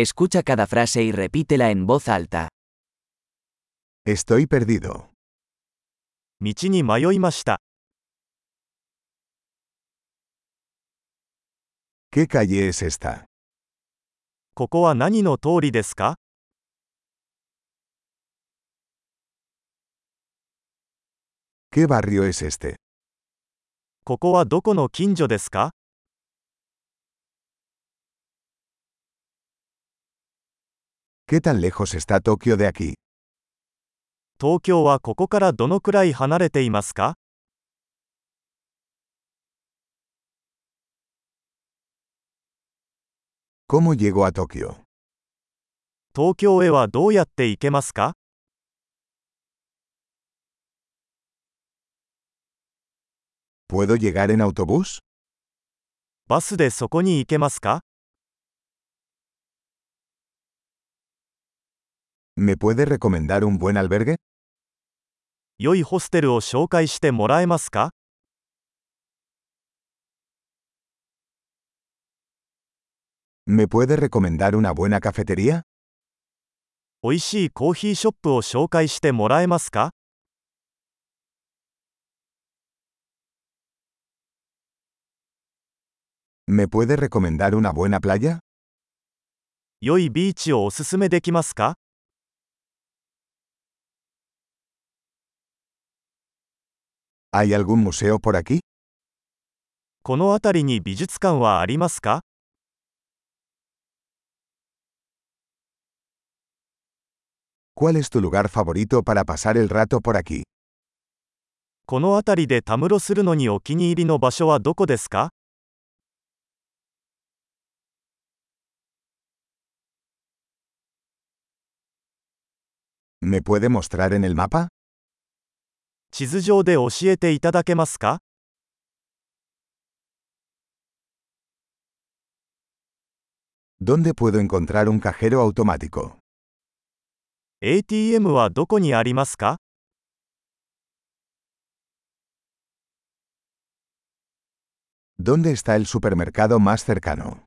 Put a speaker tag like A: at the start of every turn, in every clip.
A: Escucha cada frase y repítela en voz alta.
B: Estoy perdido.
C: 道に迷いました。
B: ¿Qué calle es esta?
C: ここは何の通りですか
B: ¿Qué barrio es este?
C: ここはどこの近所ですか
B: ¿Qué tan lejos está Tokio de aquí?
C: 東京はここからどのくらい離れていますか
B: ¿Cómo llego a Tokio?
C: 東京へはどうやって行けますか
B: ¿Puedo llegar en autobús?
C: バスでそこに行けますか
B: ¿Me puede recomendar un buen albergue?
C: 良いホステルを紹介してもらえますか
B: ¿Me puede recomendar una buena cafetería?
C: 美味しいコーヒーショップを紹介してもらえますか
B: ¿Me puede recomendar una buena playa?
C: 良いビーチをおすすめできますか
B: ¿Hay algún museo por aquí?
C: この辺りに美術館はありますか
B: ¿Cuál es tu lugar favorito para pasar el rato por aquí?
C: この辺りでたむろするのにお気に入りの場所はどこですか
B: ¿Me puede mostrar en el mapa?
C: 地図上で教えていただけますか
B: ¿Dónde puedo encontrar un cajero automático?
C: ATM はどこにありますか
B: ¿Dónde está el supermercado más cercano?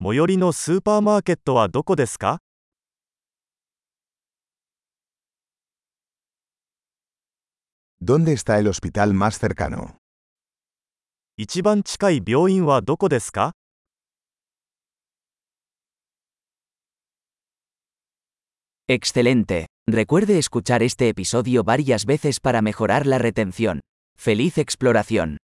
C: 最寄りのスーパーマーケットはどこですか
B: ¿Dónde está el hospital más cercano?
C: 一番近い病院はどこですか
A: Excelente. Recuerde escuchar este episodio varias veces para mejorar la retención. ¡Feliz exploración!